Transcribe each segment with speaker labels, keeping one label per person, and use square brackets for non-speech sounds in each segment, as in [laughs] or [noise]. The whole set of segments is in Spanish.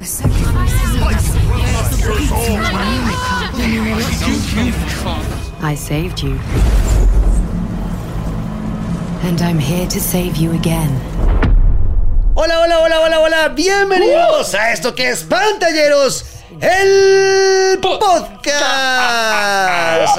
Speaker 1: A sacrifice is a I saved you. And I'm here to save you again.
Speaker 2: Hola, hola, hola, hola, hola. Bienvenidos a esto que es Pantalleros, el podcast.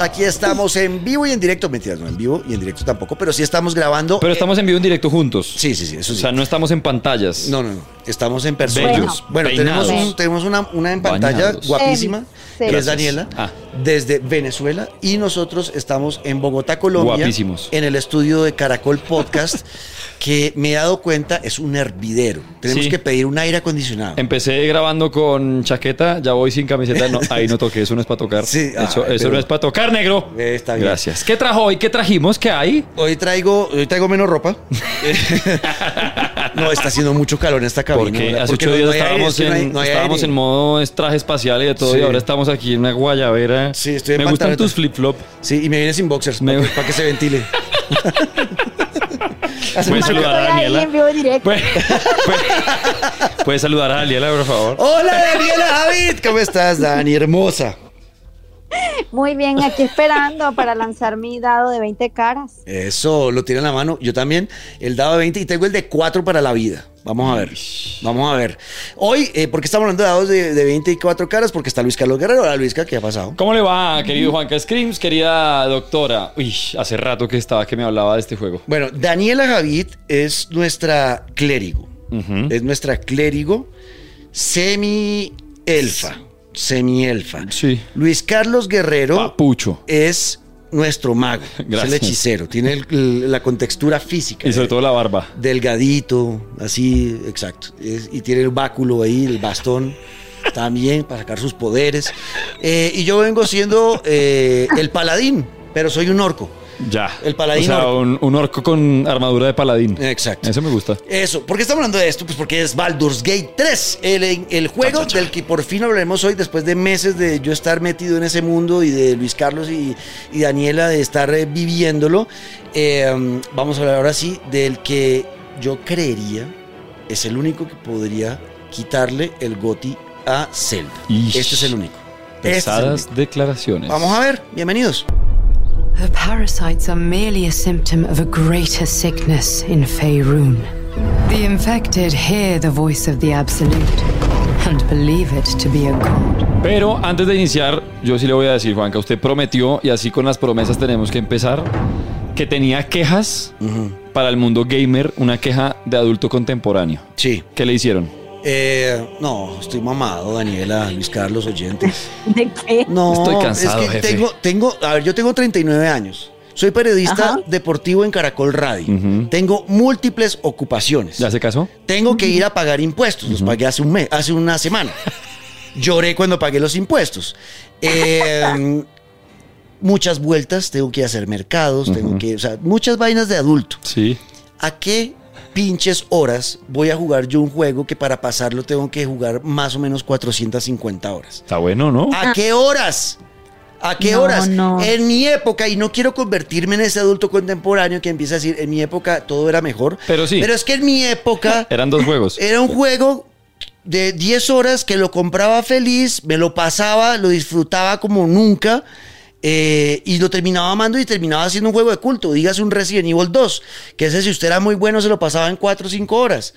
Speaker 2: Aquí estamos en vivo y en directo. Mentiras, no en vivo y en directo tampoco, pero sí estamos grabando.
Speaker 3: Pero estamos en vivo en directo juntos.
Speaker 2: Eh, Sí, sí, sí, eso
Speaker 3: O
Speaker 2: sí.
Speaker 3: sea, no estamos en pantallas.
Speaker 2: No, no, no. Estamos en persona.
Speaker 3: Bellos,
Speaker 2: bueno,
Speaker 3: peinados.
Speaker 2: tenemos, un- tenemos una, una en pantalla
Speaker 3: Bañados.
Speaker 2: guapísima,
Speaker 4: Sí.
Speaker 2: que es
Speaker 3: Gracias.
Speaker 2: Daniela,
Speaker 3: Ah.
Speaker 2: desde Venezuela. Y nosotros estamos en Bogotá, Colombia,
Speaker 3: Guapísimos.
Speaker 2: en el estudio de Caracol
Speaker 3: [laughs]
Speaker 2: Podcast, que me he dado cuenta es un hervidero. Tenemos
Speaker 3: Sí. Em
Speaker 2: que pedir un aire acondicionado.
Speaker 3: Empecé grabando con chaqueta, ya voy sin camiseta. No, ahí no toqué, eso no es para tocar.
Speaker 2: Sí,
Speaker 3: eso
Speaker 2: ay,
Speaker 3: eso
Speaker 2: pero-
Speaker 3: no es para tocar, negro.
Speaker 2: Eh, está bien.
Speaker 3: Gracias. ¿Qué trajo hoy? ¿Qué trajimos? ¿Qué hay?
Speaker 2: Hoy traigo, hoy traigo menos
Speaker 3: [laughs]
Speaker 2: ropa. no, está haciendo mucho calor en esta cabina.
Speaker 3: Porque
Speaker 2: ¿verdad?
Speaker 3: hace
Speaker 2: Porque
Speaker 3: ocho
Speaker 2: no-
Speaker 3: días
Speaker 2: no hay aire, es
Speaker 3: estábamos,
Speaker 2: que
Speaker 3: en,
Speaker 2: no hay- no hay
Speaker 3: estábamos
Speaker 2: aire.
Speaker 3: en modo es traje espacial y de todo,
Speaker 2: Sí.
Speaker 3: y ahora estamos aquí en una guayabera.
Speaker 2: Sí, estoy en
Speaker 3: Me gustan
Speaker 2: pantaleta.
Speaker 3: tus flip-flop.
Speaker 2: Sí, y me viene sin boxers
Speaker 3: Me- [laughs]
Speaker 2: para, que, pa' que se ventile.
Speaker 3: ¿Puedes
Speaker 4: Estoy
Speaker 3: saludar a
Speaker 4: ahí en
Speaker 3: Daniela? Pues-
Speaker 4: vivo y
Speaker 3: [laughs]
Speaker 4: directo.
Speaker 3: ¿Puedes, puedes- puedes saludar a Daniela, por favor?
Speaker 2: Hola, Daniela David. ¿Cómo estás, Dani? Hermosa.
Speaker 4: Muy bien, aquí esperando para lanzar mi dado de 20 caras.
Speaker 2: Eso, lo tiene en la mano. Yo también. El dado de 20 y tengo el de 4 para la vida. Vamos a ver. Vamos a ver. Hoy, eh, ¿por qué estamos hablando de dados de, de 20 y 4 caras? Porque está Luis Carlos Guerrero. Hola, Luisca, ¿qué ha pasado?
Speaker 3: ¿Cómo le va, querido Juanca Screams, querida doctora? Uy, hace rato que estaba que me hablaba de este juego.
Speaker 2: Bueno, Daniela Javid es nuestra clérigo.
Speaker 3: Ujú.
Speaker 2: Es nuestra clérigo semi-elfa. Semi-elfa.
Speaker 3: Sí.
Speaker 2: Luis Carlos Guerrero
Speaker 3: Papucho.
Speaker 2: es nuestro mago. Es el
Speaker 3: Gracias.
Speaker 2: hechicero. Tiene el- la contextura física.
Speaker 3: Y sobre todo la barba.
Speaker 2: delgadito, así, exacto. Es- y tiene el báculo ahí, el bastón, también para sacar sus poderes. Eh, y yo vengo siendo eh, el paladín, pero soy un orco.
Speaker 3: Ya.
Speaker 2: El paladín
Speaker 3: O sea,
Speaker 2: orco.
Speaker 3: Un, un orco con armadura de paladín.
Speaker 2: Exacto.
Speaker 3: Eso me gusta.
Speaker 2: Eso, ¿por qué estamos hablando de esto? Pues porque es Baldur's Gate 3, el, el juego
Speaker 3: Cha, cha, cha.
Speaker 2: del que por fin hablaremos hoy, después de meses de yo estar metido en ese mundo y de Luis Carlos y, y Daniela de estar eh, viviéndolo. Eh, vamos a hablar ahora sí del que yo creería es el único que podría quitarle el goti a Zelda.
Speaker 3: Ish.
Speaker 2: Este es el único. Este es el
Speaker 3: Pesadas
Speaker 2: único.
Speaker 3: declaraciones.
Speaker 2: Vamos a ver, bienvenidos.
Speaker 1: Her parasites are merely a symptom of a greater sickness in Faerun. The infected hear the voice of the Absolute and believe it to be a god.
Speaker 3: Pero antes de iniciar, yo sí le voy a decir, Juanca, usted prometió, y así con las promesas tenemos que empezar, que tenía quejas para el mundo gamer, una queja de adulto contemporáneo.
Speaker 2: Sí.
Speaker 3: ¿Qué le hicieron?
Speaker 2: Eh, no, estoy mamado, Daniela, Luis Carlos, oyentes.
Speaker 4: [laughs] ¿De qué?
Speaker 2: No,
Speaker 3: Estoy cansado,
Speaker 2: es que
Speaker 3: jefe.
Speaker 2: tengo, tengo, a ver, yo tengo 39 años. Soy periodista
Speaker 4: Ajá.
Speaker 2: deportivo en Caracol Radio. Tengo múltiples ocupaciones.
Speaker 3: ¿Ya se casó?
Speaker 2: Tengo que ir a pagar impuestos. Los pagué hace un mes, hace una semana. Lloré cuando pagué los impuestos. Eh, [laughs] muchas vueltas, tengo que ir a hacer mercados, tengo que, o sea, muchas vainas de adulto.
Speaker 3: Sí.
Speaker 2: ¿A qué pinches horas voy a jugar yo un juego que para pasarlo tengo que jugar más o menos 450 horas?
Speaker 3: Está bueno, ¿no?
Speaker 2: ¿A qué horas? ¿A qué
Speaker 4: Ah. No,
Speaker 2: horas?
Speaker 4: no.
Speaker 2: En mi época, y no quiero convertirme en ese adulto contemporáneo que empieza a decir, en mi época todo era mejor.
Speaker 3: Pero sí.
Speaker 2: Pero es que en mi
Speaker 4: [laughs]
Speaker 2: época
Speaker 3: Eran dos juegos.
Speaker 2: era un juego de 10 horas que lo compraba feliz, me lo pasaba, lo disfrutaba como nunca. eh, y lo terminaba amando y terminaba haciendo un juego de culto. Dígase un Resident Evil 2, que ese si usted era muy bueno se lo pasaba en 4 o 5 horas.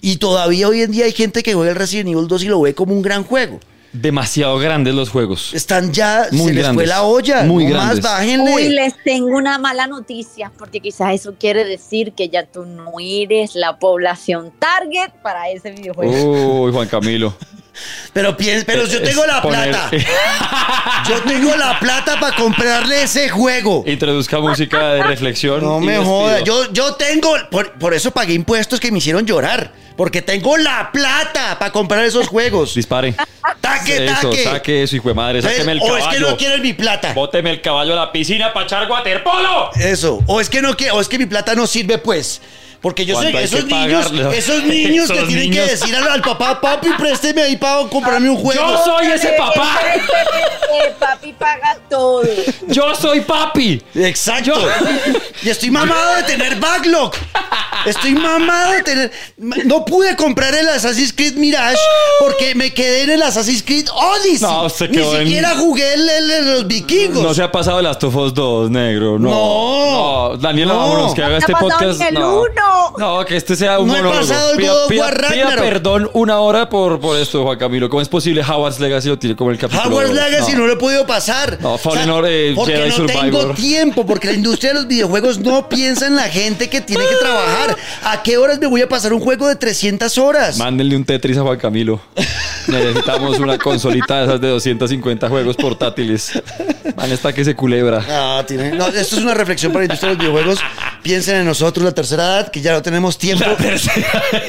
Speaker 2: Y todavía hoy en día hay gente que juega el Resident Evil 2 y lo ve como un gran juego
Speaker 3: Demasiado grandes los juegos.
Speaker 2: están ya,
Speaker 3: Muy
Speaker 2: se les fue
Speaker 3: grandes,
Speaker 2: la olla.
Speaker 3: muy
Speaker 2: no más
Speaker 3: grandes.
Speaker 2: bájenle.
Speaker 4: Uy, les tengo una mala noticia, porque quizás eso quiere decir que ya tú no eres la población target para ese videojuego.
Speaker 3: Uy, Juan Camilo.
Speaker 2: Pero piensen, pero Pues. yo
Speaker 3: Es
Speaker 2: tengo la
Speaker 3: poner- [laughs]
Speaker 2: plata. Yo tengo la plata para comprarle ese juego.
Speaker 3: [laughs] Introduzca música de reflexión.
Speaker 2: No
Speaker 3: y
Speaker 2: me
Speaker 3: despido.
Speaker 2: joda. Yo, yo tengo, por, por eso pagué impuestos que me hicieron llorar. Porque tengo la plata para comprar esos
Speaker 3: [laughs]
Speaker 2: juegos.
Speaker 3: Dispare.
Speaker 2: Taque,
Speaker 3: Eso,
Speaker 2: taque.
Speaker 3: saque eso, hijo de madre.
Speaker 2: ¿Sabes?
Speaker 3: Sáqueme el
Speaker 2: o
Speaker 3: caballo.
Speaker 2: es que no quieren mi plata.
Speaker 3: Bóteme el caballo a la piscina para echar waterpolo.
Speaker 2: Eso. O es que no que, o es que mi plata no sirve, pues. Porque yo sé
Speaker 3: ¿Cuánto
Speaker 2: que
Speaker 3: hay
Speaker 2: esos
Speaker 3: que
Speaker 2: niños,
Speaker 3: pagarle?
Speaker 2: esos niños
Speaker 3: [laughs]
Speaker 2: que
Speaker 3: Esos
Speaker 2: tienen que
Speaker 3: niños.
Speaker 2: decir al, al papá, papi, présteme ahí para comprarme un juego.
Speaker 3: Yo soy ese
Speaker 4: [laughs]
Speaker 3: papá.
Speaker 4: El papi paga todo.
Speaker 3: Yo soy papi.
Speaker 2: Exacto. Y estoy mamado de tener backlog. Estoy mamado de tener. No pude comprar el Assassin's Creed Mirage porque me quedé en el Assassin's Creed Odyssey.
Speaker 3: No, usted
Speaker 2: Ni
Speaker 3: quedó en-
Speaker 2: siquiera jugué el, el de los vikingos.
Speaker 3: No se ha pasado el Last of Us 2, negro.
Speaker 2: No.
Speaker 3: No. no. Daniela,
Speaker 2: No.
Speaker 3: vámonos, que haga
Speaker 4: No
Speaker 3: este
Speaker 4: ha pasado
Speaker 3: podcast.
Speaker 4: ni el
Speaker 3: no.
Speaker 4: uno.
Speaker 3: No, que este sea un
Speaker 2: No he
Speaker 3: monólogo.
Speaker 2: pasado el God of War Ragnarok.
Speaker 3: perdón una hora por, por esto, Juan Camilo. ¿Cómo es posible Howard's Legacy lo tiene como el capítulo?
Speaker 2: Howard's
Speaker 3: dos?
Speaker 2: Legacy no. lo he podido pasar.
Speaker 3: No, Fallen Order, eh,
Speaker 2: porque
Speaker 3: Jedi
Speaker 2: no tengo
Speaker 3: Survivor.
Speaker 2: tiempo, porque la industria de los videojuegos no piensa en la gente que tiene que trabajar. ¿A qué horas me voy a pasar un juego de 300 horas?
Speaker 3: Mándenle un Tetris a Juan Camilo. Necesitamos una consolita de esas de 250 juegos portátiles. Man, está que se culebra.
Speaker 2: Ah, tiene- no, esto es una reflexión para la industria de los videojuegos. Piensen en nosotros, la tercera edad, que ya no tenemos tiempo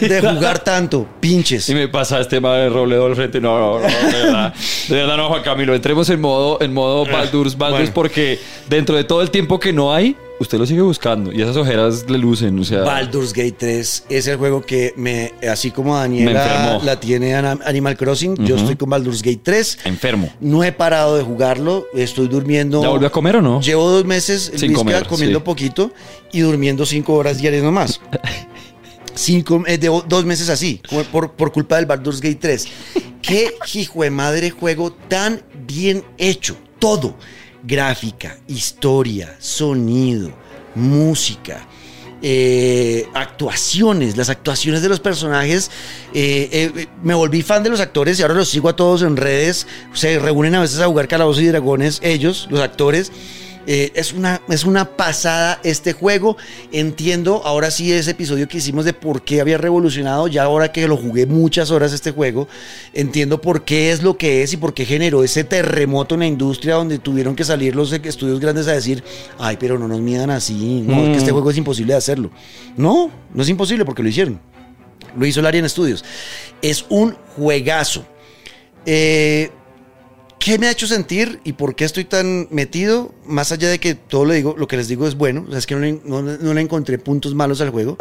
Speaker 2: de jugar tanto. Pinches.
Speaker 3: Si me pasa este madre de Robledo al frente, no, no, no, de verdad, de verdad no, Juan Camilo. Entremos en modo, en modo Baldur's, Baldur's,
Speaker 2: bueno.
Speaker 3: porque dentro de todo el tiempo que no hay, usted lo sigue buscando y esas ojeras le lucen, o sea,
Speaker 2: Baldur's Gate 3 es el juego que me, así como
Speaker 3: Me
Speaker 2: Daniela
Speaker 3: enfermó.
Speaker 2: la tiene Ana- Animal Crossing, yo estoy con Baldur's Gate 3.
Speaker 3: enfermo.
Speaker 2: No he parado de jugarlo, estoy durmiendo.
Speaker 3: ¿Ya volvió a comer o no?
Speaker 2: Llevo dos meses
Speaker 3: Sin
Speaker 2: Luisca,
Speaker 3: comer,
Speaker 2: comiendo
Speaker 3: sí.
Speaker 2: poquito y durmiendo cinco horas diarias
Speaker 3: [laughs]
Speaker 2: nomás. Cinco, eh, debo dos meses así, por- por, por culpa del Baldur's Gate 3. Qué [laughs] hijo de madre juego tan bien hecho. Todo. Gráfica, historia, sonido, música. eh, actuaciones, las actuaciones de los personajes. eh, eh, eh, me volví fan de los actores y ahora los sigo a todos en redes. Se reúnen a veces a jugar calabozos y dragones, ellos, los actores. Eh, es, una, es una pasada este juego. Entiendo ahora sí ese episodio que hicimos de por qué había revolucionado. Ya ahora que lo jugué muchas horas este juego, entiendo por qué es lo que es y por qué generó ese terremoto en la industria donde tuvieron que salir los estudios grandes a decir, ay, pero no nos midan así. No, es que este juego es imposible de hacerlo. No, no es imposible porque lo hicieron. Lo hizo Larian Studios. Es un juegazo. Eh, ¿Qué me ha hecho sentir y por qué estoy tan metido? Más allá de que todo lo, digo, lo que les digo es bueno, o sea, es que no le, no- no le encontré puntos malos al juego.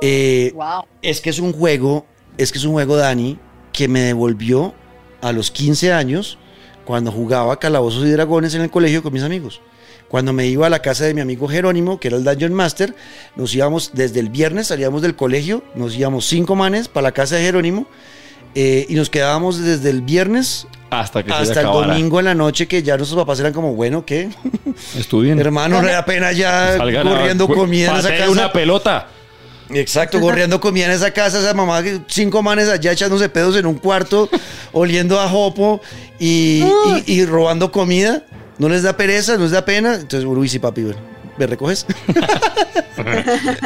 Speaker 2: Eh,
Speaker 4: Wow.
Speaker 2: es que es un juego, es que es un juego, Dani, que me devolvió a los 15 años cuando jugaba Calabozos y Dragones en el colegio con mis amigos. Cuando me iba a la casa de mi amigo Jerónimo, que era el Dungeon Master, nos íbamos desde el viernes, salíamos del colegio, nos íbamos cinco manes para la casa de Jerónimo eh, y nos quedábamos desde el viernes
Speaker 3: Hasta que se
Speaker 2: hasta el
Speaker 3: acabara.
Speaker 2: domingo en la noche que ya nuestros papás eran como, bueno,
Speaker 3: [laughs]
Speaker 2: ¿qué?
Speaker 3: Estudien.
Speaker 2: Hermano, no da pena ya
Speaker 3: Salgan a-
Speaker 2: corriendo comida en esa
Speaker 3: pateen
Speaker 2: casa.
Speaker 3: una pelota.
Speaker 2: Exacto, corriendo comida en esa casa, esa mamá, que- cinco manes allá echándose pedos en un cuarto, [laughs] oliendo a jopo y, y- y robando comida. No les da pereza, no les da pena. Entonces, uy, sí, papi, bueno, ¿me recoges? [laughs]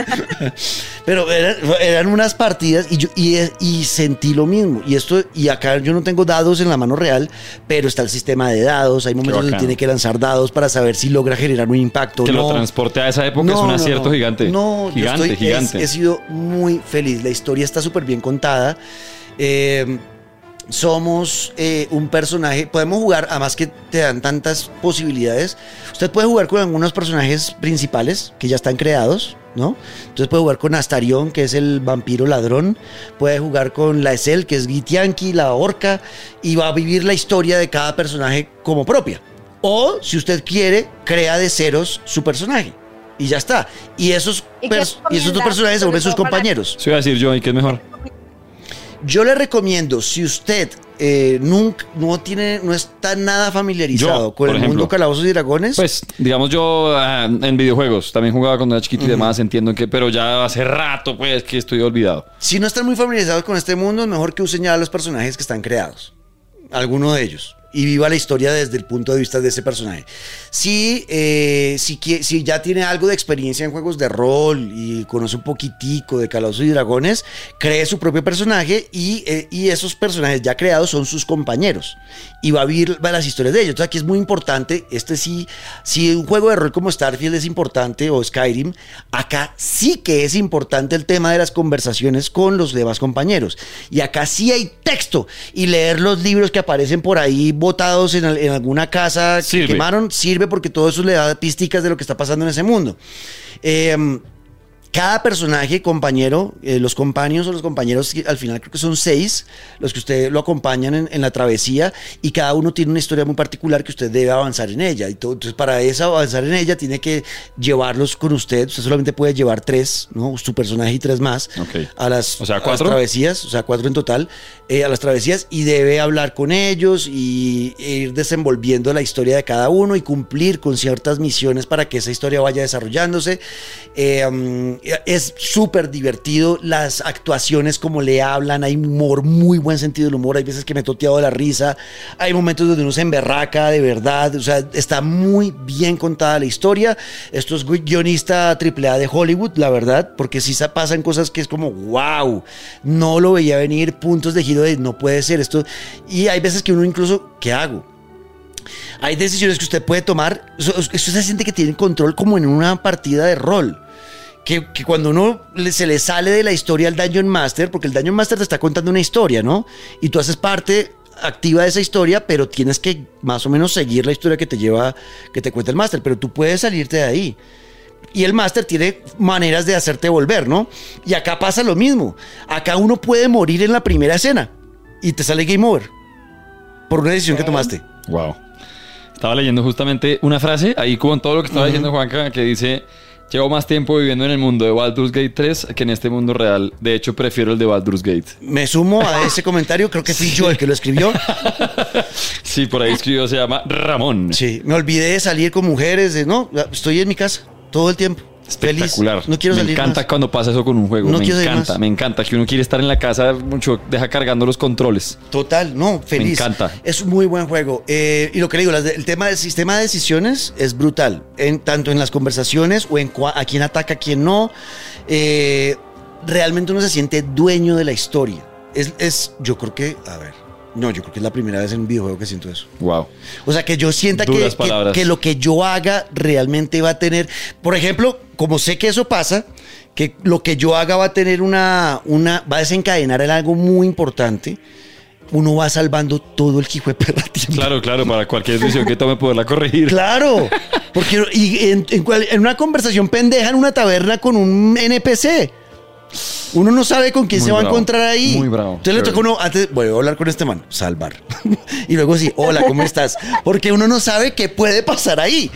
Speaker 2: Pero eran, eran unas partidas y, yo, y, y sentí lo mismo. Y esto y acá yo no tengo dados en la mano real, pero está el sistema de dados. Hay momentos donde
Speaker 3: bacano.
Speaker 2: tiene que lanzar dados para saber si logra generar un impacto. o
Speaker 3: Que
Speaker 2: no.
Speaker 3: lo transporte a esa época es un acierto
Speaker 2: no.
Speaker 3: gigante.
Speaker 2: No, yo
Speaker 3: gigante,
Speaker 2: estoy- he-
Speaker 3: gigante.
Speaker 2: He, sido muy feliz. La historia está súper bien contada. Eh, somos eh, un personaje. Podemos jugar, además que te dan tantas posibilidades. Usted puede jugar con algunos personajes principales que ya están creados, ¿no? Entonces puede jugar con Astarion, que es el vampiro ladrón. Puede jugar con la Esel, que es Gitianki, la orca. Y va a vivir la historia de cada personaje como propia. O, si usted quiere, crea de ceros su personaje. Y ya está. Y esos,
Speaker 4: ¿Y qué
Speaker 2: pers- y esos dos
Speaker 4: recomiendas,
Speaker 2: personajes se
Speaker 4: sobre
Speaker 2: vuelven sus
Speaker 4: todo para-
Speaker 2: compañeros.
Speaker 3: Eso iba a decir yo, ¿y qué es mejor?
Speaker 2: Yo le recomiendo, si usted eh, nunca, no, tiene, no está nada familiarizado
Speaker 3: Yo,
Speaker 2: con
Speaker 3: por
Speaker 2: el
Speaker 3: ejemplo.
Speaker 2: mundo calabozos y dragones,
Speaker 3: Pues, digamos yo ah, en videojuegos, también jugaba cuando era chiquito y demás, entiendo que, pero ya hace rato pues que estoy olvidado.
Speaker 2: si no están muy familiarizados con este mundo, es mejor que usen ya los personajes que están creados. Alguno de ellos. Y viva la historia desde el punto de vista de ese personaje. Si, eh, si, qui- si ya tiene algo de experiencia en juegos de rol y conoce un poquitico de Calabozos y Dragones, cree su propio personaje y, eh, y esos personajes ya creados son sus compañeros. Y va a vivir va las historias de ellos. Entonces aquí es muy importante, este sí, si un juego de rol como Starfield es importante o Skyrim, acá sí que es importante el tema de las conversaciones con los demás compañeros. Y acá sí hay texto. Y leer los libros que aparecen por ahí botados en, al- en alguna casa que
Speaker 3: Sirve.
Speaker 2: quemaron sirve porque todo eso le da pisticas de lo que está pasando en ese mundo. Eh, Cada personaje, compañero, eh, los compañeros o los compañeros, que al final creo que son seis los que usted lo acompañan en, en la travesía y cada uno tiene una historia muy particular que usted debe avanzar en ella. Y todo, entonces, para esa avanzar en ella, tiene que llevarlos con usted. Usted solamente puede llevar tres, ¿no? Su personaje y tres más
Speaker 3: Ok.
Speaker 2: a las,
Speaker 3: O sea,
Speaker 2: a las
Speaker 3: ¿cuatro?
Speaker 2: travesías, o sea, cuatro en total, eh, a las travesías y debe hablar con ellos y e ir desenvolviendo la historia de cada uno y cumplir con ciertas misiones para que esa historia vaya desarrollándose. Eh, um, es súper divertido las actuaciones, como le hablan, hay humor, muy buen sentido del humor, hay veces que me he toteado de la risa, hay momentos donde uno se emberraca de verdad, o sea, está muy bien contada la historia. Esto es gui- guionista AAA de Hollywood, la verdad, porque sí se pasan cosas que es como, wow, no lo veía venir, puntos de giro de no puede ser esto. Y hay veces que uno incluso, ¿qué hago? Hay decisiones que usted puede tomar, eso, eso se siente que tiene control como en una partida de rol. Que, que cuando uno le- se le sale de la historia al Dungeon Master, porque el Dungeon Master te está contando una historia, ¿no? Y tú haces parte activa de esa historia, pero tienes que más o menos seguir la historia que te lleva, que te cuenta el Master, pero tú puedes salirte de ahí y el máster tiene maneras de hacerte volver, ¿no? Y acá pasa lo mismo. Acá uno puede morir en la primera escena y te sale game over por una decisión que tomaste.
Speaker 3: Wow. Estaba leyendo justamente una frase ahí con todo lo que estaba diciendo Juanca que dice, llevo más tiempo viviendo en el mundo de Baldur's Gate 3 que en este mundo real. De hecho, prefiero el de Baldur's Gate.
Speaker 2: Me sumo a ese comentario, creo que fui yo el que lo escribió.
Speaker 3: Sí, por ahí escribió, se llama Ramón.
Speaker 2: Sí, me olvidé de salir con mujeres, de, no, estoy en mi casa todo el tiempo.
Speaker 3: Espectacular.
Speaker 2: Feliz. No quiero
Speaker 3: me
Speaker 2: salir.
Speaker 3: encanta
Speaker 2: más.
Speaker 3: cuando pasa eso con un juego.
Speaker 2: No
Speaker 3: me
Speaker 2: quiero salir
Speaker 3: encanta,
Speaker 2: más.
Speaker 3: me encanta que uno quiere estar en la casa mucho, deja cargando los controles.
Speaker 2: Total, no, feliz.
Speaker 3: encanta.
Speaker 2: Es un muy buen juego. Eh, y lo que le digo, las de- el tema del sistema de decisiones es brutal, en, tanto en las conversaciones o en cua- a quién ataca, a quién no. Eh, realmente uno se siente dueño de la historia. Es, es, yo creo que, a ver, no, yo creo que es la primera vez en un videojuego que siento eso.
Speaker 3: Wow.
Speaker 2: O sea, que yo sienta que,
Speaker 3: Duras
Speaker 2: que-
Speaker 3: palabras.
Speaker 2: que lo que yo haga realmente va a tener. Por ejemplo, como sé que eso pasa, que lo que yo haga va a tener una. una va a desencadenar en algo muy importante. Uno va salvando todo el hijo de perra tiempo.
Speaker 3: Claro, claro, para cualquier decisión que tome poderla corregir.
Speaker 2: Claro, porque y en, en cual- en una conversación pendeja en una taberna con un NPC. Uno no sabe con quién
Speaker 3: Muy
Speaker 2: se va a
Speaker 3: bravo,
Speaker 2: encontrar ahí.
Speaker 3: muy bravo.
Speaker 2: Entonces le toca a uno, antes, voy a hablar con este man, salvar. [laughs] y luego sí, hola, ¿cómo estás? Porque uno no sabe qué puede pasar ahí.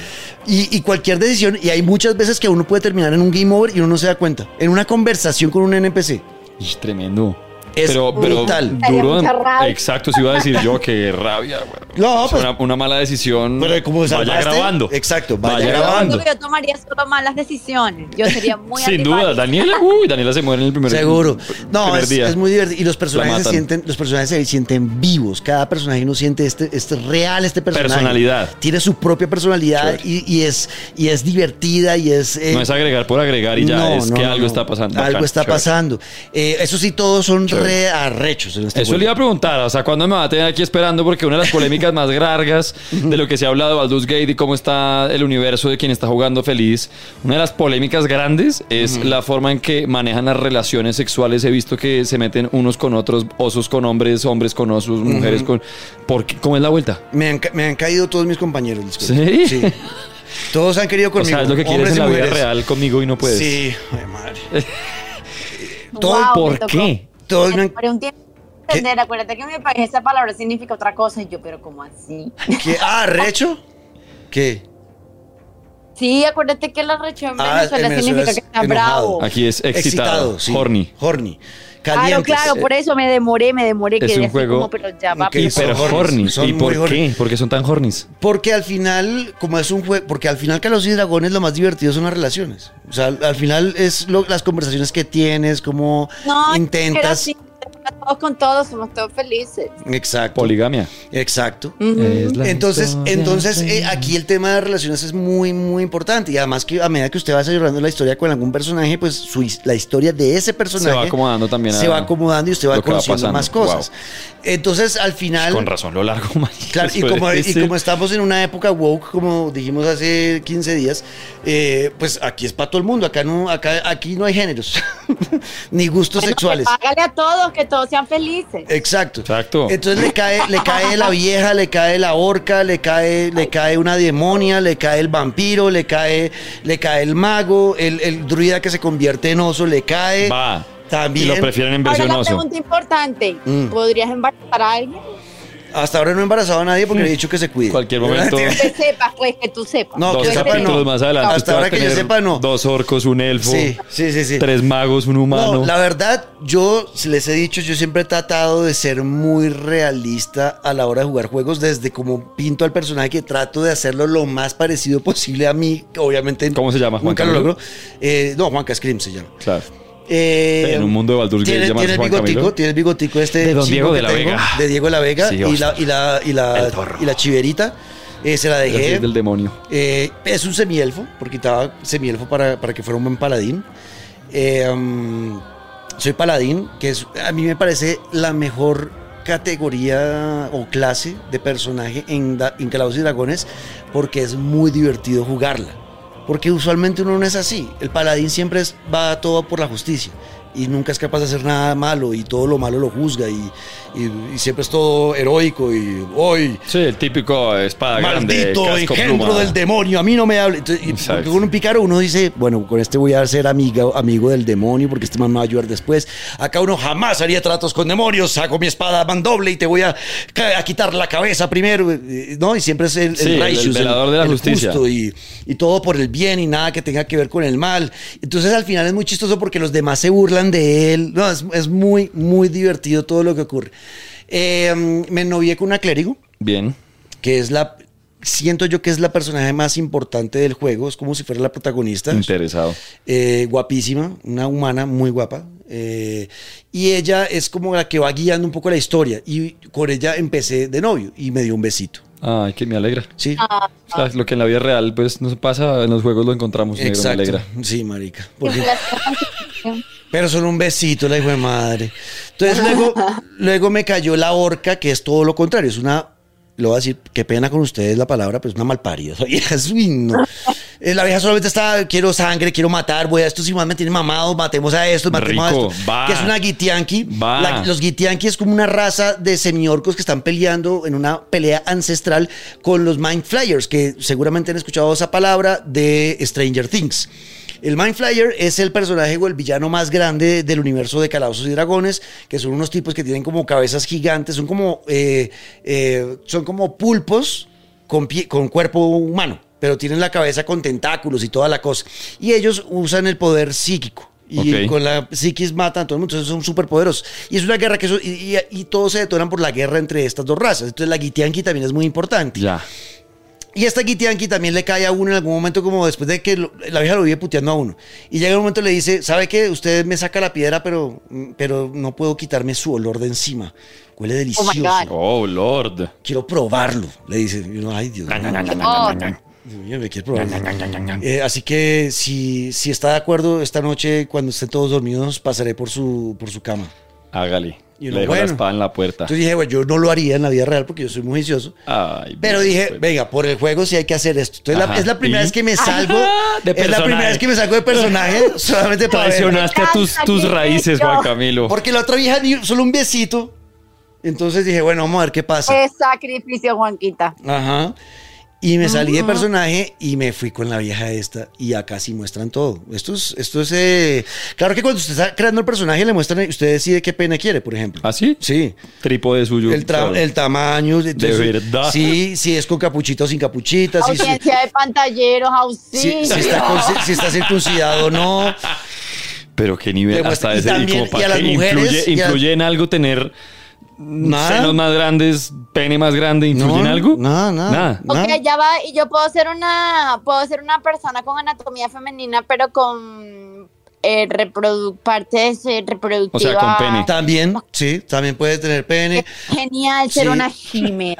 Speaker 2: Y, y cualquier decisión, y hay muchas veces que uno puede terminar en un game over y uno no se da cuenta. En una conversación con un NPC.
Speaker 3: Ish, tremendo.
Speaker 2: Es brutal.
Speaker 3: duro.
Speaker 4: Daría mucha rabia.
Speaker 3: Exacto, se iba a decir yo que rabia, güey.
Speaker 2: [laughs] No,
Speaker 3: O sea,
Speaker 2: pues-
Speaker 3: una, una mala decisión.
Speaker 2: Pero como
Speaker 3: vaya
Speaker 2: salvaste,
Speaker 3: grabando.
Speaker 2: exacto, vaya grabando.
Speaker 4: Yo tomaría solo malas decisiones. Yo sería muy
Speaker 3: Sin
Speaker 4: antipática.
Speaker 3: duda, Daniela, uy, Daniela se muere en el primer
Speaker 2: Seguro. No,
Speaker 3: primer
Speaker 2: es,
Speaker 3: día.
Speaker 2: es muy divertido. Y los
Speaker 3: La
Speaker 2: personajes se
Speaker 3: matan.
Speaker 2: sienten, los personajes se sienten vivos. Cada personaje no siente este, este es real este personaje.
Speaker 3: Personalidad.
Speaker 2: Tiene su propia personalidad y, y es, y es divertida y es. eh,
Speaker 3: No es agregar por agregar y ya,
Speaker 2: no,
Speaker 3: es
Speaker 2: no,
Speaker 3: que
Speaker 2: no,
Speaker 3: algo
Speaker 2: no.
Speaker 3: está pasando.
Speaker 2: Algo
Speaker 3: Bacán,
Speaker 2: está
Speaker 3: chévere.
Speaker 2: pasando. Eh, eso sí, todos son re arrechos en este
Speaker 3: Eso le
Speaker 2: juego.
Speaker 3: iba a preguntar, o sea, ¿cuándo me va a tener aquí esperando? Porque una de las polémicas más largas de lo que se ha hablado de Baldur's Gate y cómo está el universo de quien está jugando feliz, una de las polémicas grandes es la forma en que manejan las relaciones sexuales. He visto que se meten unos con otros, osos con hombres, hombres con osos, mujeres con... ¿Por qué? ¿Cómo es la vuelta?
Speaker 2: Me han, ca- me han caído todos mis compañeros. les cuento.
Speaker 3: ¿Sí?
Speaker 2: Todos han querido
Speaker 3: [laughs] O
Speaker 2: conmigo.
Speaker 3: sea, es lo que quieres
Speaker 2: hombres
Speaker 3: en
Speaker 2: y
Speaker 3: la vida
Speaker 2: mujeres.
Speaker 3: real pues. conmigo y no puedes.
Speaker 2: Sí, ay, madre.
Speaker 3: ¿Todo
Speaker 4: Guau, me
Speaker 3: por
Speaker 4: tocó.
Speaker 3: qué?
Speaker 2: Todos me
Speaker 4: Me
Speaker 2: han-
Speaker 4: demoré un tiempo en entender, acuérdate que en mi país esa palabra significa otra cosa y yo, pero ¿cómo así?
Speaker 2: ¿Qué? Ah, arrecho. ¿Qué?
Speaker 4: Sí, acuérdate que el arrecho en
Speaker 2: Ah,
Speaker 4: Venezuela,
Speaker 2: en Venezuela
Speaker 4: significa
Speaker 2: es
Speaker 4: que está
Speaker 2: enojado.
Speaker 4: bravo.
Speaker 3: Aquí es excitado,
Speaker 2: sí.
Speaker 3: horny.
Speaker 2: Horny. Eh,
Speaker 4: Claro,
Speaker 2: Calientes.
Speaker 4: claro, por eso me demoré, me demoré.
Speaker 3: Es
Speaker 4: quedé
Speaker 3: un
Speaker 4: así
Speaker 3: juego
Speaker 4: como, pero ya va,
Speaker 2: Ok,
Speaker 4: pero-
Speaker 2: son
Speaker 3: Pero
Speaker 2: horny,
Speaker 3: hornies.
Speaker 2: son
Speaker 3: ¿Y
Speaker 2: muy
Speaker 3: por
Speaker 2: horny.
Speaker 3: qué? ¿Por qué son tan hornies?
Speaker 2: Porque al final, como es un juego, porque al final Carlos y Dragones lo más divertido son las relaciones. O sea, al, al final es lo- las conversaciones que tienes, cómo
Speaker 4: No, pero
Speaker 2: intentas.
Speaker 4: sí, todos con todos, somos todos felices.
Speaker 2: Exacto.
Speaker 3: Poligamia.
Speaker 2: Exacto.
Speaker 3: Es la
Speaker 2: Entonces,
Speaker 3: historia
Speaker 2: entonces
Speaker 3: de-
Speaker 2: eh, aquí el tema de relaciones es muy, muy importante. Y además que a medida que usted va desarrollando la historia con algún personaje, pues su his- la historia de ese personaje
Speaker 3: acomodando también a
Speaker 2: Se va acomodando y usted va
Speaker 3: lo que va
Speaker 2: conociendo
Speaker 3: pasando.
Speaker 2: más cosas. Entonces, al final.
Speaker 3: Con razón, lo largo, [laughs] man.
Speaker 2: Claro, y
Speaker 3: Después
Speaker 2: como,
Speaker 3: de
Speaker 2: y
Speaker 3: ese-
Speaker 2: como estamos en una época woke, como dijimos hace 15 días, eh, pues aquí es para todo el mundo. Acá no, acá, aquí no hay géneros, [laughs] ni gustos
Speaker 4: Bueno,
Speaker 2: sexuales.
Speaker 4: que Págale a todos, que todos sean felices.
Speaker 2: Exacto.
Speaker 3: Exacto.
Speaker 2: Entonces le cae, le cae la vieja, le cae la orca, le cae, le cae una demonia, le cae el vampiro, le cae, le cae el mago, el, el druida que se convierte en oso, le cae.
Speaker 3: Va.
Speaker 2: También.
Speaker 3: Y lo prefieren en
Speaker 4: Ahora
Speaker 3: versión
Speaker 4: la
Speaker 3: oso.
Speaker 4: pregunta importante,
Speaker 2: Mm.
Speaker 4: ¿podrías embarazar a alguien?
Speaker 2: Hasta ahora no he embarazado a nadie porque le he dicho que se cuide.
Speaker 3: Cualquier momento.
Speaker 4: Que sepas, pues, que tú sepas.
Speaker 2: No,
Speaker 3: dos
Speaker 2: que
Speaker 4: Yo
Speaker 2: sepa,
Speaker 4: espero-
Speaker 3: capítulos
Speaker 2: no.
Speaker 3: más adelante.
Speaker 2: Hasta
Speaker 3: usted va a
Speaker 2: ahora que yo
Speaker 3: tener
Speaker 2: sepa, no.
Speaker 3: Dos orcos, un
Speaker 2: [laughs]
Speaker 3: elfo.
Speaker 2: Sí, sí, sí, sí.
Speaker 3: Tres magos, un humano.
Speaker 2: No, la verdad, yo si les he dicho, yo siempre he tratado de ser muy realista a la hora de jugar juegos, desde como pinto al personaje que trato de hacerlo lo más parecido posible a mí, que obviamente
Speaker 3: ¿Cómo se llama,
Speaker 2: nunca
Speaker 3: Juan
Speaker 2: lo
Speaker 3: Camilo?
Speaker 2: logro. Eh, no, Juanca Scream se llama.
Speaker 3: Claro.
Speaker 2: Eh,
Speaker 3: En un mundo de Baldur's Gate
Speaker 2: tiene,
Speaker 3: llamarse
Speaker 2: tiene el
Speaker 3: Juan
Speaker 2: bigotico,
Speaker 3: Camilo.
Speaker 2: tiene el bigotico este
Speaker 3: De don
Speaker 2: chino
Speaker 3: Diego
Speaker 2: que
Speaker 3: de la
Speaker 2: tengo,
Speaker 3: Vega.
Speaker 2: de Diego de la Vega
Speaker 3: Sí,
Speaker 2: y, la, y la y la
Speaker 3: El zorro.
Speaker 2: y la chiverita eh, se la
Speaker 3: Ese
Speaker 2: dejé.
Speaker 3: es del demonio.
Speaker 2: Eh, es un semielfo, porque quitaba semielfo para, para que fuera un buen paladín. Eh, mm, soy paladín, que es, a mí me parece la mejor categoría o clase de personaje en, da- en Calabozos y Dragones, porque es muy divertido jugarla. Porque usualmente uno no es así. El paladín siempre es- va todo por la justicia y nunca es capaz de hacer nada malo y todo lo malo lo juzga y, y- y siempre es todo heroico y hoy
Speaker 3: Sí, el típico espada
Speaker 2: Maldito
Speaker 3: grande. casco
Speaker 2: engendro
Speaker 3: pluma.
Speaker 2: del demonio, a mí no me hable. Entonces, y
Speaker 3: Exacto.
Speaker 2: porque con un pícaro uno dice, bueno, con este voy a ser amiga, amigo del demonio porque este man me va a ayudar después. Acá uno jamás haría tratos con demonios, saco mi espada mandoble y te voy a, ca- a quitar la cabeza primero, eh, ¿no? Y siempre es el, el
Speaker 3: Sí, el- el
Speaker 2: righteous,
Speaker 3: velador de la justicia.
Speaker 2: justo y, y todo por el bien y nada que tenga que ver con el mal. Entonces al final es muy chistoso porque los demás se burlan de él. No, es, es muy, muy divertido todo lo que ocurre. Eh, me novié con una clérigo
Speaker 3: Bien.
Speaker 2: que es la siento yo que es la personaje más importante del juego, es como si fuera la protagonista,
Speaker 3: Interesado.
Speaker 2: Eh, guapísima, una humana muy guapa, eh, y ella es como la que va guiando un poco la historia, y con ella empecé de novio y me dio un besito,
Speaker 3: Ay, que me alegra.
Speaker 2: ¿sí?
Speaker 4: Ah.
Speaker 3: O sea, lo que en la vida real pues nos pasa, en los juegos lo encontramos. negro, me
Speaker 2: Exacto,
Speaker 3: alegra.
Speaker 2: sí, marica.
Speaker 4: Qué
Speaker 2: porque-
Speaker 4: placer.
Speaker 2: Pero son un besito, la hijo de madre. Entonces luego, luego me cayó la orca, que es todo lo contrario. Es una, lo voy a decir, qué pena con ustedes la palabra, pero es una malparida. [laughs] Esa vieja es, uy, no. Eh, La vieja solamente está, quiero sangre, quiero matar, voy a estos y más me tienen mamados, matemos a estos, matemos
Speaker 3: Rico,
Speaker 2: a estos.
Speaker 3: va.
Speaker 2: Que es una guitianqui.
Speaker 3: Va.
Speaker 2: La- los guitianqui es como una raza de semiorcos que están peleando en una pelea ancestral con los Mind Flayers, que seguramente han escuchado esa palabra de Stranger Things. El Mind Flyer es el personaje o el villano más grande del universo de Calabozos y Dragones, que son unos tipos que tienen como cabezas gigantes, son como, eh, eh, son como pulpos con, pie- con cuerpo humano, pero tienen la cabeza con tentáculos y toda la cosa. Y ellos usan el poder psíquico. Y
Speaker 3: Ok.
Speaker 2: con la psiquis matan a todo el mundo, entonces son súper poderosos. Y es una guerra que... eso- y, y- y todos se detonan por la guerra entre estas dos razas. Entonces la Gitianqui también es muy importante.
Speaker 3: Ya.
Speaker 2: Y esta Gitianqui también le cae a uno en algún momento, como después de que lo- la vieja lo vive puteando a uno. Y llega un momento y le dice, ¿sabe qué? Usted me saca la piedra, pero, pero no puedo quitarme su olor de encima. Huele
Speaker 4: Oh my
Speaker 2: delicioso.
Speaker 4: God.
Speaker 3: Oh, Lord.
Speaker 2: Quiero probarlo, le dice. Y uno, ay, Dios mío.
Speaker 4: Oh,
Speaker 2: Dios mío, me quiere probar. Eh, así que si, si está de acuerdo, esta noche, cuando estén todos dormidos, pasaré por su, por su cama.
Speaker 3: Hágale.
Speaker 2: Y
Speaker 3: Le
Speaker 2: uno,
Speaker 3: dejó la
Speaker 2: bueno.
Speaker 3: espada en la puerta.
Speaker 2: Entonces dije, bueno, yo no lo haría en la vida real porque yo soy muy juicioso.
Speaker 3: Ay,
Speaker 2: Pero
Speaker 3: bien,
Speaker 2: dije,
Speaker 3: pues.
Speaker 2: venga, por el juego sí hay que hacer esto. Entonces la-
Speaker 3: Ajá.
Speaker 2: es la primera
Speaker 3: ¿Y?
Speaker 2: vez que me salgo.
Speaker 3: Ajá, de
Speaker 2: es la
Speaker 3: personaje.
Speaker 2: primera vez que me salgo de personaje
Speaker 3: [laughs]
Speaker 2: solamente para ver.
Speaker 3: Traicionaste a tus, tus
Speaker 4: Cállate,
Speaker 3: raíces, Juan
Speaker 4: yo.
Speaker 3: Camilo.
Speaker 2: Porque la otra vieja ni solo un besito. Entonces dije, bueno, vamos a ver qué pasa.
Speaker 4: Qué sacrificio, Juanquita.
Speaker 2: Ajá. Y me salí de personaje y me fui con la vieja esta. Y acá sí muestran todo. Esto es. Esto es eh, Claro que cuando usted está creando el personaje, le muestran. Usted decide qué pena quiere, por ejemplo.
Speaker 3: ¿Ah, sí?
Speaker 2: Sí.
Speaker 3: Trípode suyo.
Speaker 2: El, tra-
Speaker 3: Claro.
Speaker 2: el tamaño. entonces,
Speaker 3: verdad.
Speaker 2: Sí, sí, es con capuchita o sin capuchita. sí, sí.
Speaker 4: Audiencia de pantalleros, auxilio.
Speaker 2: si, si está, con- si está circuncidado o no.
Speaker 3: Pero qué nivel
Speaker 2: Le
Speaker 3: hasta
Speaker 2: muestra- y
Speaker 3: ese
Speaker 2: también-
Speaker 3: como
Speaker 2: y
Speaker 3: para
Speaker 2: a las
Speaker 3: qué.
Speaker 2: mujeres,
Speaker 3: influye,
Speaker 2: y a-
Speaker 3: influye en algo tener
Speaker 2: Nada.
Speaker 3: senos más grandes, pene más grande, influye
Speaker 2: No,
Speaker 3: en algo?
Speaker 2: nada, nada.
Speaker 3: Nada.
Speaker 4: Ok,
Speaker 2: ¿no?
Speaker 4: ya va, y yo puedo ser una, puedo ser una persona con anatomía femenina, pero con eh, reprodu- partes eh, reproductivas.
Speaker 3: pene.
Speaker 2: También, sí, también puede tener pene.
Speaker 4: Genial ser
Speaker 2: Sí. [laughs]
Speaker 4: una gimeo.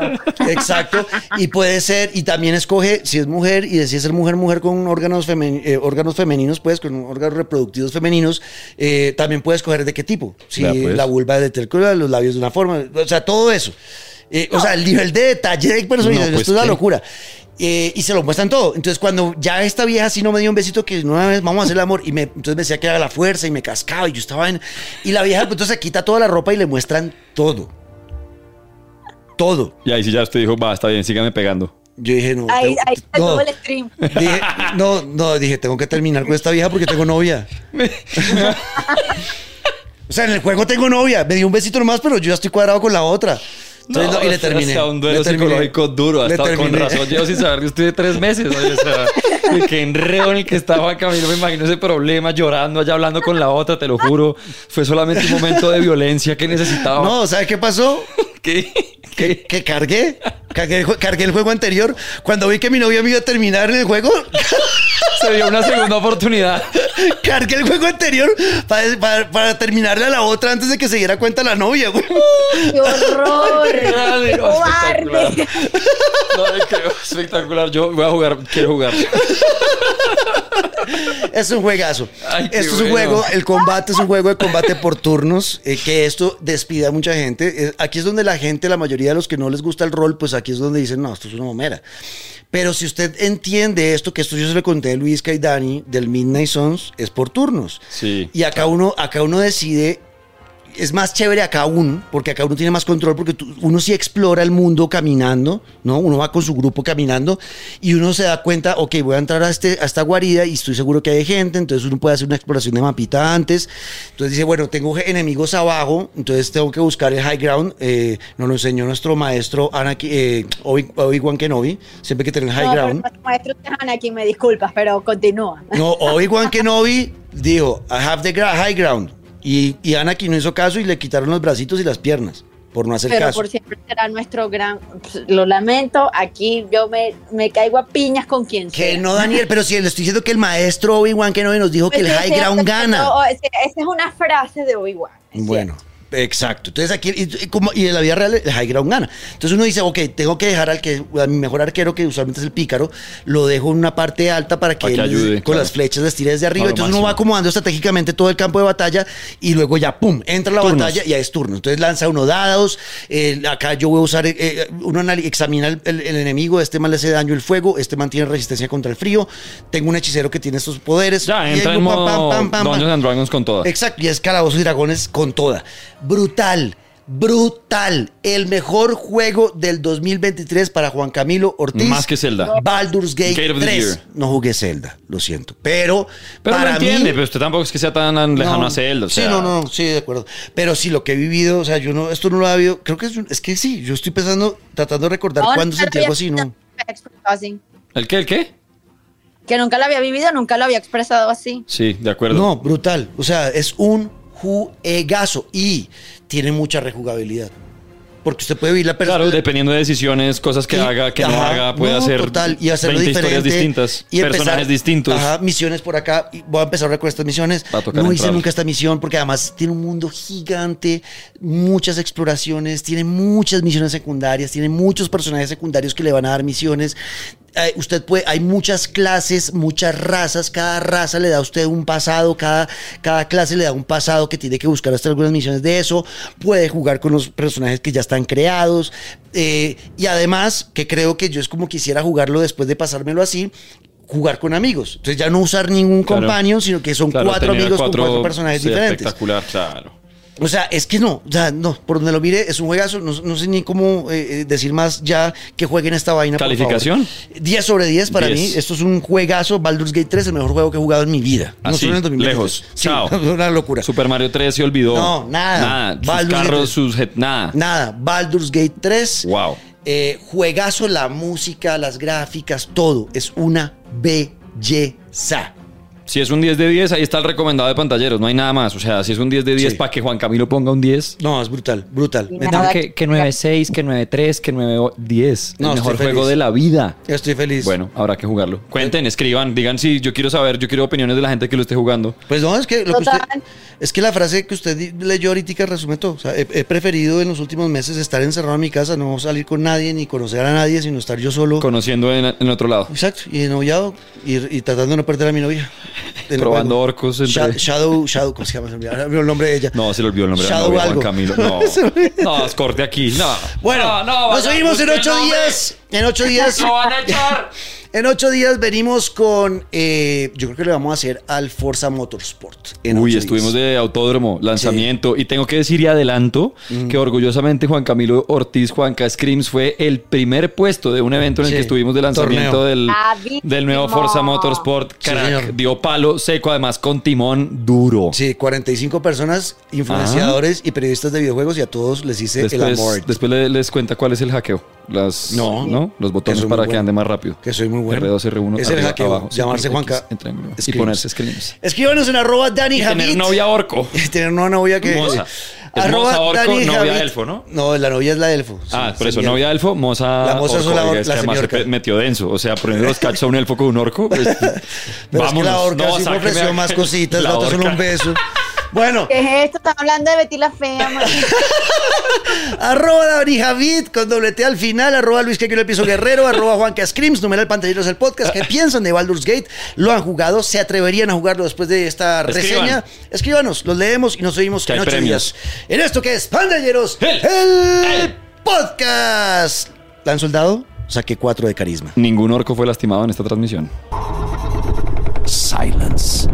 Speaker 2: Exacto. Y puede ser, y también escoge si es mujer y decide ser mujer, mujer con órganos, femen- eh, órganos femeninos, pues, con órganos reproductivos femeninos. eh, también puede escoger de qué tipo. Si
Speaker 3: Vea, pues.
Speaker 2: la vulva de tercula, los labios de una forma. O sea, todo eso. Eh, O sea, el nivel de detalle de personalización,
Speaker 3: No, pues,
Speaker 2: esto es una
Speaker 3: ¿qué?
Speaker 2: locura. eh, y se lo muestran todo. Entonces, cuando ya esta vieja sí no me dio un besito, que una vez vamos a hacer el amor, y me, entonces me decía que era la fuerza y me cascaba y yo estaba en. Y la vieja, pues, entonces se quita toda la ropa y le muestran todo. Todo.
Speaker 3: Y ahí sí ya usted dijo, va, está bien, sígame pegando.
Speaker 2: Yo dije, no.
Speaker 4: Ahí,
Speaker 2: tengo-
Speaker 4: ahí está
Speaker 2: no.
Speaker 4: todo el stream.
Speaker 2: Dije, no, no, dije, tengo que terminar con esta vieja porque tengo novia. o sea, en el juego tengo novia. Me dio un besito nomás, pero yo ya estoy cuadrado con la otra. Entonces, no, y le terminé.
Speaker 3: Hasta un duelo
Speaker 2: le terminé.
Speaker 3: psicológico duro.
Speaker 2: Le
Speaker 3: Hasta con
Speaker 2: terminé.
Speaker 3: razón llevo sin saber de usted tres meses. oye, O sea, el que enredo en el que estaba Camilo. Me imagino ese problema llorando allá hablando con la otra, te lo juro. Fue solamente un momento de violencia que necesitaba. [laughs]
Speaker 2: No, ¿sabes qué pasó?
Speaker 3: ¿Qué?
Speaker 2: Que, que cargué, cargué, el jue- cargué el juego anterior. Cuando vi que mi novia me iba a terminar en el juego, [laughs]
Speaker 3: Se dio una segunda oportunidad.
Speaker 2: cargué el juego anterior para, para- para terminarle a la otra antes de que se diera cuenta la novia, güey.
Speaker 4: ¡Qué horror!
Speaker 2: [laughs]
Speaker 3: Dale, no, espectacular.
Speaker 4: ¡Cobarde!
Speaker 3: No le creo. Espectacular. Yo voy a jugar. Quiero [laughs] jugar.
Speaker 2: Es un juegazo.
Speaker 3: Ay, qué
Speaker 2: esto es un
Speaker 3: bueno.
Speaker 2: juego, el combate es un juego de combate por turnos, eh, que esto despide a mucha gente. Eh, Aquí es donde la gente, la mayoría de los que no les gusta el rol, pues aquí es donde dicen, no, esto es una momera. Pero si usted entiende esto, que esto yo se lo conté a Luis Caidani del Midnight Sons, es por turnos.
Speaker 3: Sí.
Speaker 2: Y acá uno, acá uno decide. Es más chévere acá uno, porque acá uno tiene más control, porque tú- uno sí explora el mundo caminando, ¿no? Uno va con su grupo caminando y uno se da cuenta, ok, voy a entrar a, este, a esta guarida y estoy seguro que hay gente, entonces uno puede hacer una exploración de mapita antes. Entonces dice, bueno, tengo enemigos abajo, entonces tengo que buscar el high ground. eh, nos lo enseñó nuestro maestro Anakin, eh, Obi- Obi-Wan Kenobi, siempre hay que tener high
Speaker 4: No, pero
Speaker 2: ground.
Speaker 4: nuestro maestro Tejana, aquí me disculpas, pero continúa.
Speaker 2: No, Obi-Wan Kenobi dijo, I have the gra- high ground. Y, y Anakin no hizo caso y le quitaron los bracitos y las piernas por no hacer
Speaker 4: Pero
Speaker 2: caso.
Speaker 4: por siempre será nuestro gran. Lo lamento, aquí yo me, me caigo a piñas con quien
Speaker 2: Que
Speaker 4: sea.
Speaker 2: no, Daniel, pero si le estoy diciendo que el maestro Obi-Wan Kenobi nos dijo que el high
Speaker 4: Estoy diciendo
Speaker 2: ground
Speaker 4: Pues que
Speaker 2: gana.
Speaker 4: no, es- esa es una frase de Obi-Wan. es
Speaker 2: Bueno, exacto. Entonces aquí, y, y como, y en la vida real, el high ground gana. Entonces uno dice, ok, tengo que dejar al que, a mi mejor arquero, que usualmente es el pícaro, lo dejo en una parte alta para que,
Speaker 3: Para que
Speaker 2: él
Speaker 3: ayude,
Speaker 2: con
Speaker 3: claro.
Speaker 2: las flechas las tire desde arriba.
Speaker 3: A lo
Speaker 2: Entonces uno
Speaker 3: máximo.
Speaker 2: va acomodando estratégicamente todo el campo de batalla y luego ya, pum, entra la
Speaker 3: Turnos.
Speaker 2: batalla y ya es turno. Entonces lanza uno dados, eh, acá yo voy a usar, eh, eh, uno anali- examina el, el- el enemigo, este man le hace daño el fuego, este man tiene resistencia contra el frío, tengo un hechicero que tiene estos poderes.
Speaker 3: Ya,
Speaker 2: y
Speaker 3: entra
Speaker 2: ahí,
Speaker 3: en
Speaker 2: pam, pam, pam,
Speaker 3: modo
Speaker 2: pam, pam.
Speaker 3: Dungeons and Dragons con todas.
Speaker 2: Exacto, y es Calabozos y Dragones con toda. Brutal, brutal. El mejor juego del 2023 para Juan Camilo Ortiz.
Speaker 3: Más que Zelda.
Speaker 2: Baldur's Gate,
Speaker 3: Gate of the
Speaker 2: 3.
Speaker 3: Year.
Speaker 2: No jugué Zelda, lo siento. Pero,
Speaker 3: Pero
Speaker 2: para
Speaker 3: lo entiende,
Speaker 2: mí,
Speaker 3: pero usted tampoco es que sea tan lejano a Zelda. o
Speaker 2: sí,
Speaker 3: sea,
Speaker 2: no, no, no, sí, de acuerdo. Pero sí, lo que he vivido, o sea, yo no, esto no lo he vivido. Creo que es, un- es que sí, yo estoy pensando, tratando de recordar
Speaker 4: cierto.
Speaker 2: cuándo
Speaker 4: No, nunca lo
Speaker 2: sentí algo
Speaker 4: había
Speaker 2: así, ¿no?
Speaker 4: vivido así.
Speaker 3: ¿El qué? ¿El qué?
Speaker 4: Que nunca lo había vivido, nunca lo había expresado así.
Speaker 3: Sí, de acuerdo.
Speaker 2: No, brutal. O sea, es un juegazo y tiene mucha rejugabilidad. Porque usted puede vivir la persona.
Speaker 3: Claro, dependiendo de decisiones, cosas que
Speaker 2: Y-
Speaker 3: haga, que no
Speaker 2: ajá,
Speaker 3: haga, puede
Speaker 2: no,
Speaker 3: hacer
Speaker 2: total, y hacerlo
Speaker 3: 20
Speaker 2: diferente,
Speaker 3: historias distintas,
Speaker 2: y empezar-
Speaker 3: personajes distintos.
Speaker 2: Ajá, misiones por acá. y Voy a empezar ahora con estas misiones.
Speaker 3: Va a tocar
Speaker 2: No hice
Speaker 3: entrar.
Speaker 2: nunca esta misión porque además tiene un mundo gigante, muchas exploraciones, tiene muchas misiones secundarias, tiene muchos personajes secundarios que le van a dar misiones. Eh, usted puede, hay muchas clases, muchas razas, cada raza le da a usted un pasado, cada, cada clase le da un pasado que tiene que buscar hasta algunas misiones de eso, puede jugar con los personajes que ya están creados, eh, y además, que creo que yo es como quisiera jugarlo después de pasármelo así, jugar con amigos. Entonces ya no usar ningún
Speaker 3: Claro.
Speaker 2: companion, sino que son
Speaker 3: Claro,
Speaker 2: cuatro
Speaker 3: tener
Speaker 2: amigos
Speaker 3: cuatro-
Speaker 2: con cuatro personajes
Speaker 3: sí,
Speaker 2: diferentes.
Speaker 3: Espectacular, claro.
Speaker 2: O sea, es que no, ya no, por donde lo mire, es un juegazo. No, no sé ni cómo eh, eh, decir más ya que jueguen esta vaina. por
Speaker 3: ¿Calificación?
Speaker 2: favor. 10 sobre 10 para
Speaker 3: 10.
Speaker 2: mí. Esto es un juegazo. Baldur's Gate 3, el mejor juego que he jugado en mi vida. no
Speaker 3: Así,
Speaker 2: solo en el 2023.
Speaker 3: Ah, lejos.
Speaker 2: Sí,
Speaker 3: Chao.
Speaker 2: [laughs] Una locura.
Speaker 3: Super Mario 3 se olvidó.
Speaker 2: No, nada.
Speaker 3: Nada. Sus
Speaker 2: Baldur's Gate
Speaker 3: carros,
Speaker 2: tres.
Speaker 3: sus... jet- Nada.
Speaker 2: Nada, Baldur's Gate 3.
Speaker 3: Wow.
Speaker 2: Eh, juegazo, la música, las gráficas, todo. Es una belleza.
Speaker 3: Si es un 10 de 10, ahí está el recomendado de pantalleros. No hay nada más. O sea, si es un 10 de 10
Speaker 2: Sí.
Speaker 3: para que Juan Camilo ponga un 10.
Speaker 2: No, es brutal, brutal.
Speaker 4: Y
Speaker 2: Me-
Speaker 4: nada.
Speaker 3: Que, que 9-6, que 9-3, que 9-10.
Speaker 2: No,
Speaker 3: el mejor
Speaker 2: estoy feliz.
Speaker 3: juego de la vida.
Speaker 2: Estoy feliz.
Speaker 3: Bueno, habrá que jugarlo. Cuenten, escriban, digan si yo quiero saber, yo quiero opiniones de la gente que lo esté jugando.
Speaker 2: Pues no, es que, lo que usted-
Speaker 4: Total.
Speaker 2: es que la frase que usted di- leyó ahorita resume todo. O sea, he, he preferido en los últimos meses estar encerrado en mi casa, no salir con nadie ni conocer a nadie, sino estar yo solo.
Speaker 3: Conociendo en, en otro lado.
Speaker 2: Exacto, y ennoviado y, y tratando de no perder a mi novia. en el
Speaker 3: Probando
Speaker 2: juego.
Speaker 3: orcos entre-
Speaker 2: Sha- Shadow, Shadow, ¿cómo se llama? Se me olvidó el nombre de ella.
Speaker 3: No, se le olvidó el nombre
Speaker 2: Shadow
Speaker 3: de Juan
Speaker 2: algo.
Speaker 3: Camilo. No,
Speaker 2: [laughs]
Speaker 3: no, es corte aquí. No.
Speaker 2: Bueno,
Speaker 3: no, no,
Speaker 2: nos
Speaker 3: vaya,
Speaker 2: oímos en
Speaker 3: busque el
Speaker 2: ocho
Speaker 3: nombre.
Speaker 2: días. En ocho días.
Speaker 3: [laughs] ¡Lo van a echar!
Speaker 2: [laughs] En ocho días venimos con. eh, yo creo que le vamos a hacer al Forza Motorsport. en
Speaker 3: Uy,
Speaker 2: ocho
Speaker 3: estuvimos
Speaker 2: días.
Speaker 3: de autódromo, lanzamiento. Y tengo que decir y adelanto que orgullosamente Juan Camilo Ortiz, Juanca Screams, fue el primer puesto de un evento en el
Speaker 2: Sí.
Speaker 3: que estuvimos de lanzamiento
Speaker 2: Torneo.
Speaker 3: del,
Speaker 4: Bravísimo.
Speaker 3: del nuevo Forza Motorsport.
Speaker 2: Sí,
Speaker 3: Crack,
Speaker 2: señor.
Speaker 3: dio palo seco, además con timón duro.
Speaker 2: Sí, 45 personas, influenciadores y periodistas de videojuegos, y a todos les hice el amor.
Speaker 3: Ah. Después, después le- les cuenta cuál es el hackeo. Las,
Speaker 2: No.
Speaker 3: Los botones
Speaker 2: soy muy
Speaker 3: para que
Speaker 2: bueno.
Speaker 3: ande más rápido.
Speaker 2: Que soy muy bueno.
Speaker 3: R2, R1,
Speaker 2: Es el
Speaker 3: arriba,
Speaker 2: hackeo,
Speaker 3: abajo,
Speaker 2: llamarse
Speaker 3: siempre
Speaker 2: Juanca.
Speaker 3: X, en triángulo, Y
Speaker 2: Screams.
Speaker 3: ponerse Screams.
Speaker 2: Escríbanos en arroba Dani
Speaker 3: Y tener
Speaker 2: Javid. [laughs]
Speaker 3: novia orco.
Speaker 2: Tener una novia que.
Speaker 3: Moza. Es moza, orco, novia elfo, ¿no?
Speaker 2: No, la novia es la elfo.
Speaker 3: Ah,
Speaker 2: Sí,
Speaker 3: por eso,
Speaker 2: señor.
Speaker 3: novia elfo, moza.
Speaker 2: La moza es
Speaker 3: orco,
Speaker 2: la-
Speaker 3: oiga, es
Speaker 2: la
Speaker 3: que además se
Speaker 2: semiorca.
Speaker 3: pe- metió denso. O sea, poniendo los cachos a un elfo con un orco. pues,
Speaker 2: [laughs] Pero es que la
Speaker 3: vámonos,
Speaker 2: orca
Speaker 3: no,
Speaker 2: sí me
Speaker 3: sáqueme
Speaker 2: ofreció
Speaker 3: a-
Speaker 2: más cositas,
Speaker 3: [laughs] la
Speaker 2: la otra solo
Speaker 3: orca.
Speaker 2: un beso. Bueno,
Speaker 4: ¿Qué es esto? Están hablando de Betty la Fea, man.
Speaker 2: arroba Dani Javid con doble T al final, arroba Luis Quequero El Piso Guerrero, arroba Juanca Scrims, numeral Pantalleros el podcast. ¿Qué piensan de Baldur's Gate? ¿Lo han jugado? ¿Se atreverían a jugarlo después de esta
Speaker 3: Escriban.
Speaker 2: reseña? Escríbanos, los leemos y nos oímos
Speaker 3: Que
Speaker 2: en
Speaker 3: hay
Speaker 2: ocho
Speaker 3: premios.
Speaker 2: días. En esto que es Pantalleros,
Speaker 3: El-
Speaker 2: el,
Speaker 3: el-
Speaker 2: podcast. Plan Soldado, saqué cuatro de carisma.
Speaker 3: Ningún orco fue lastimado en esta transmisión.
Speaker 5: Silence.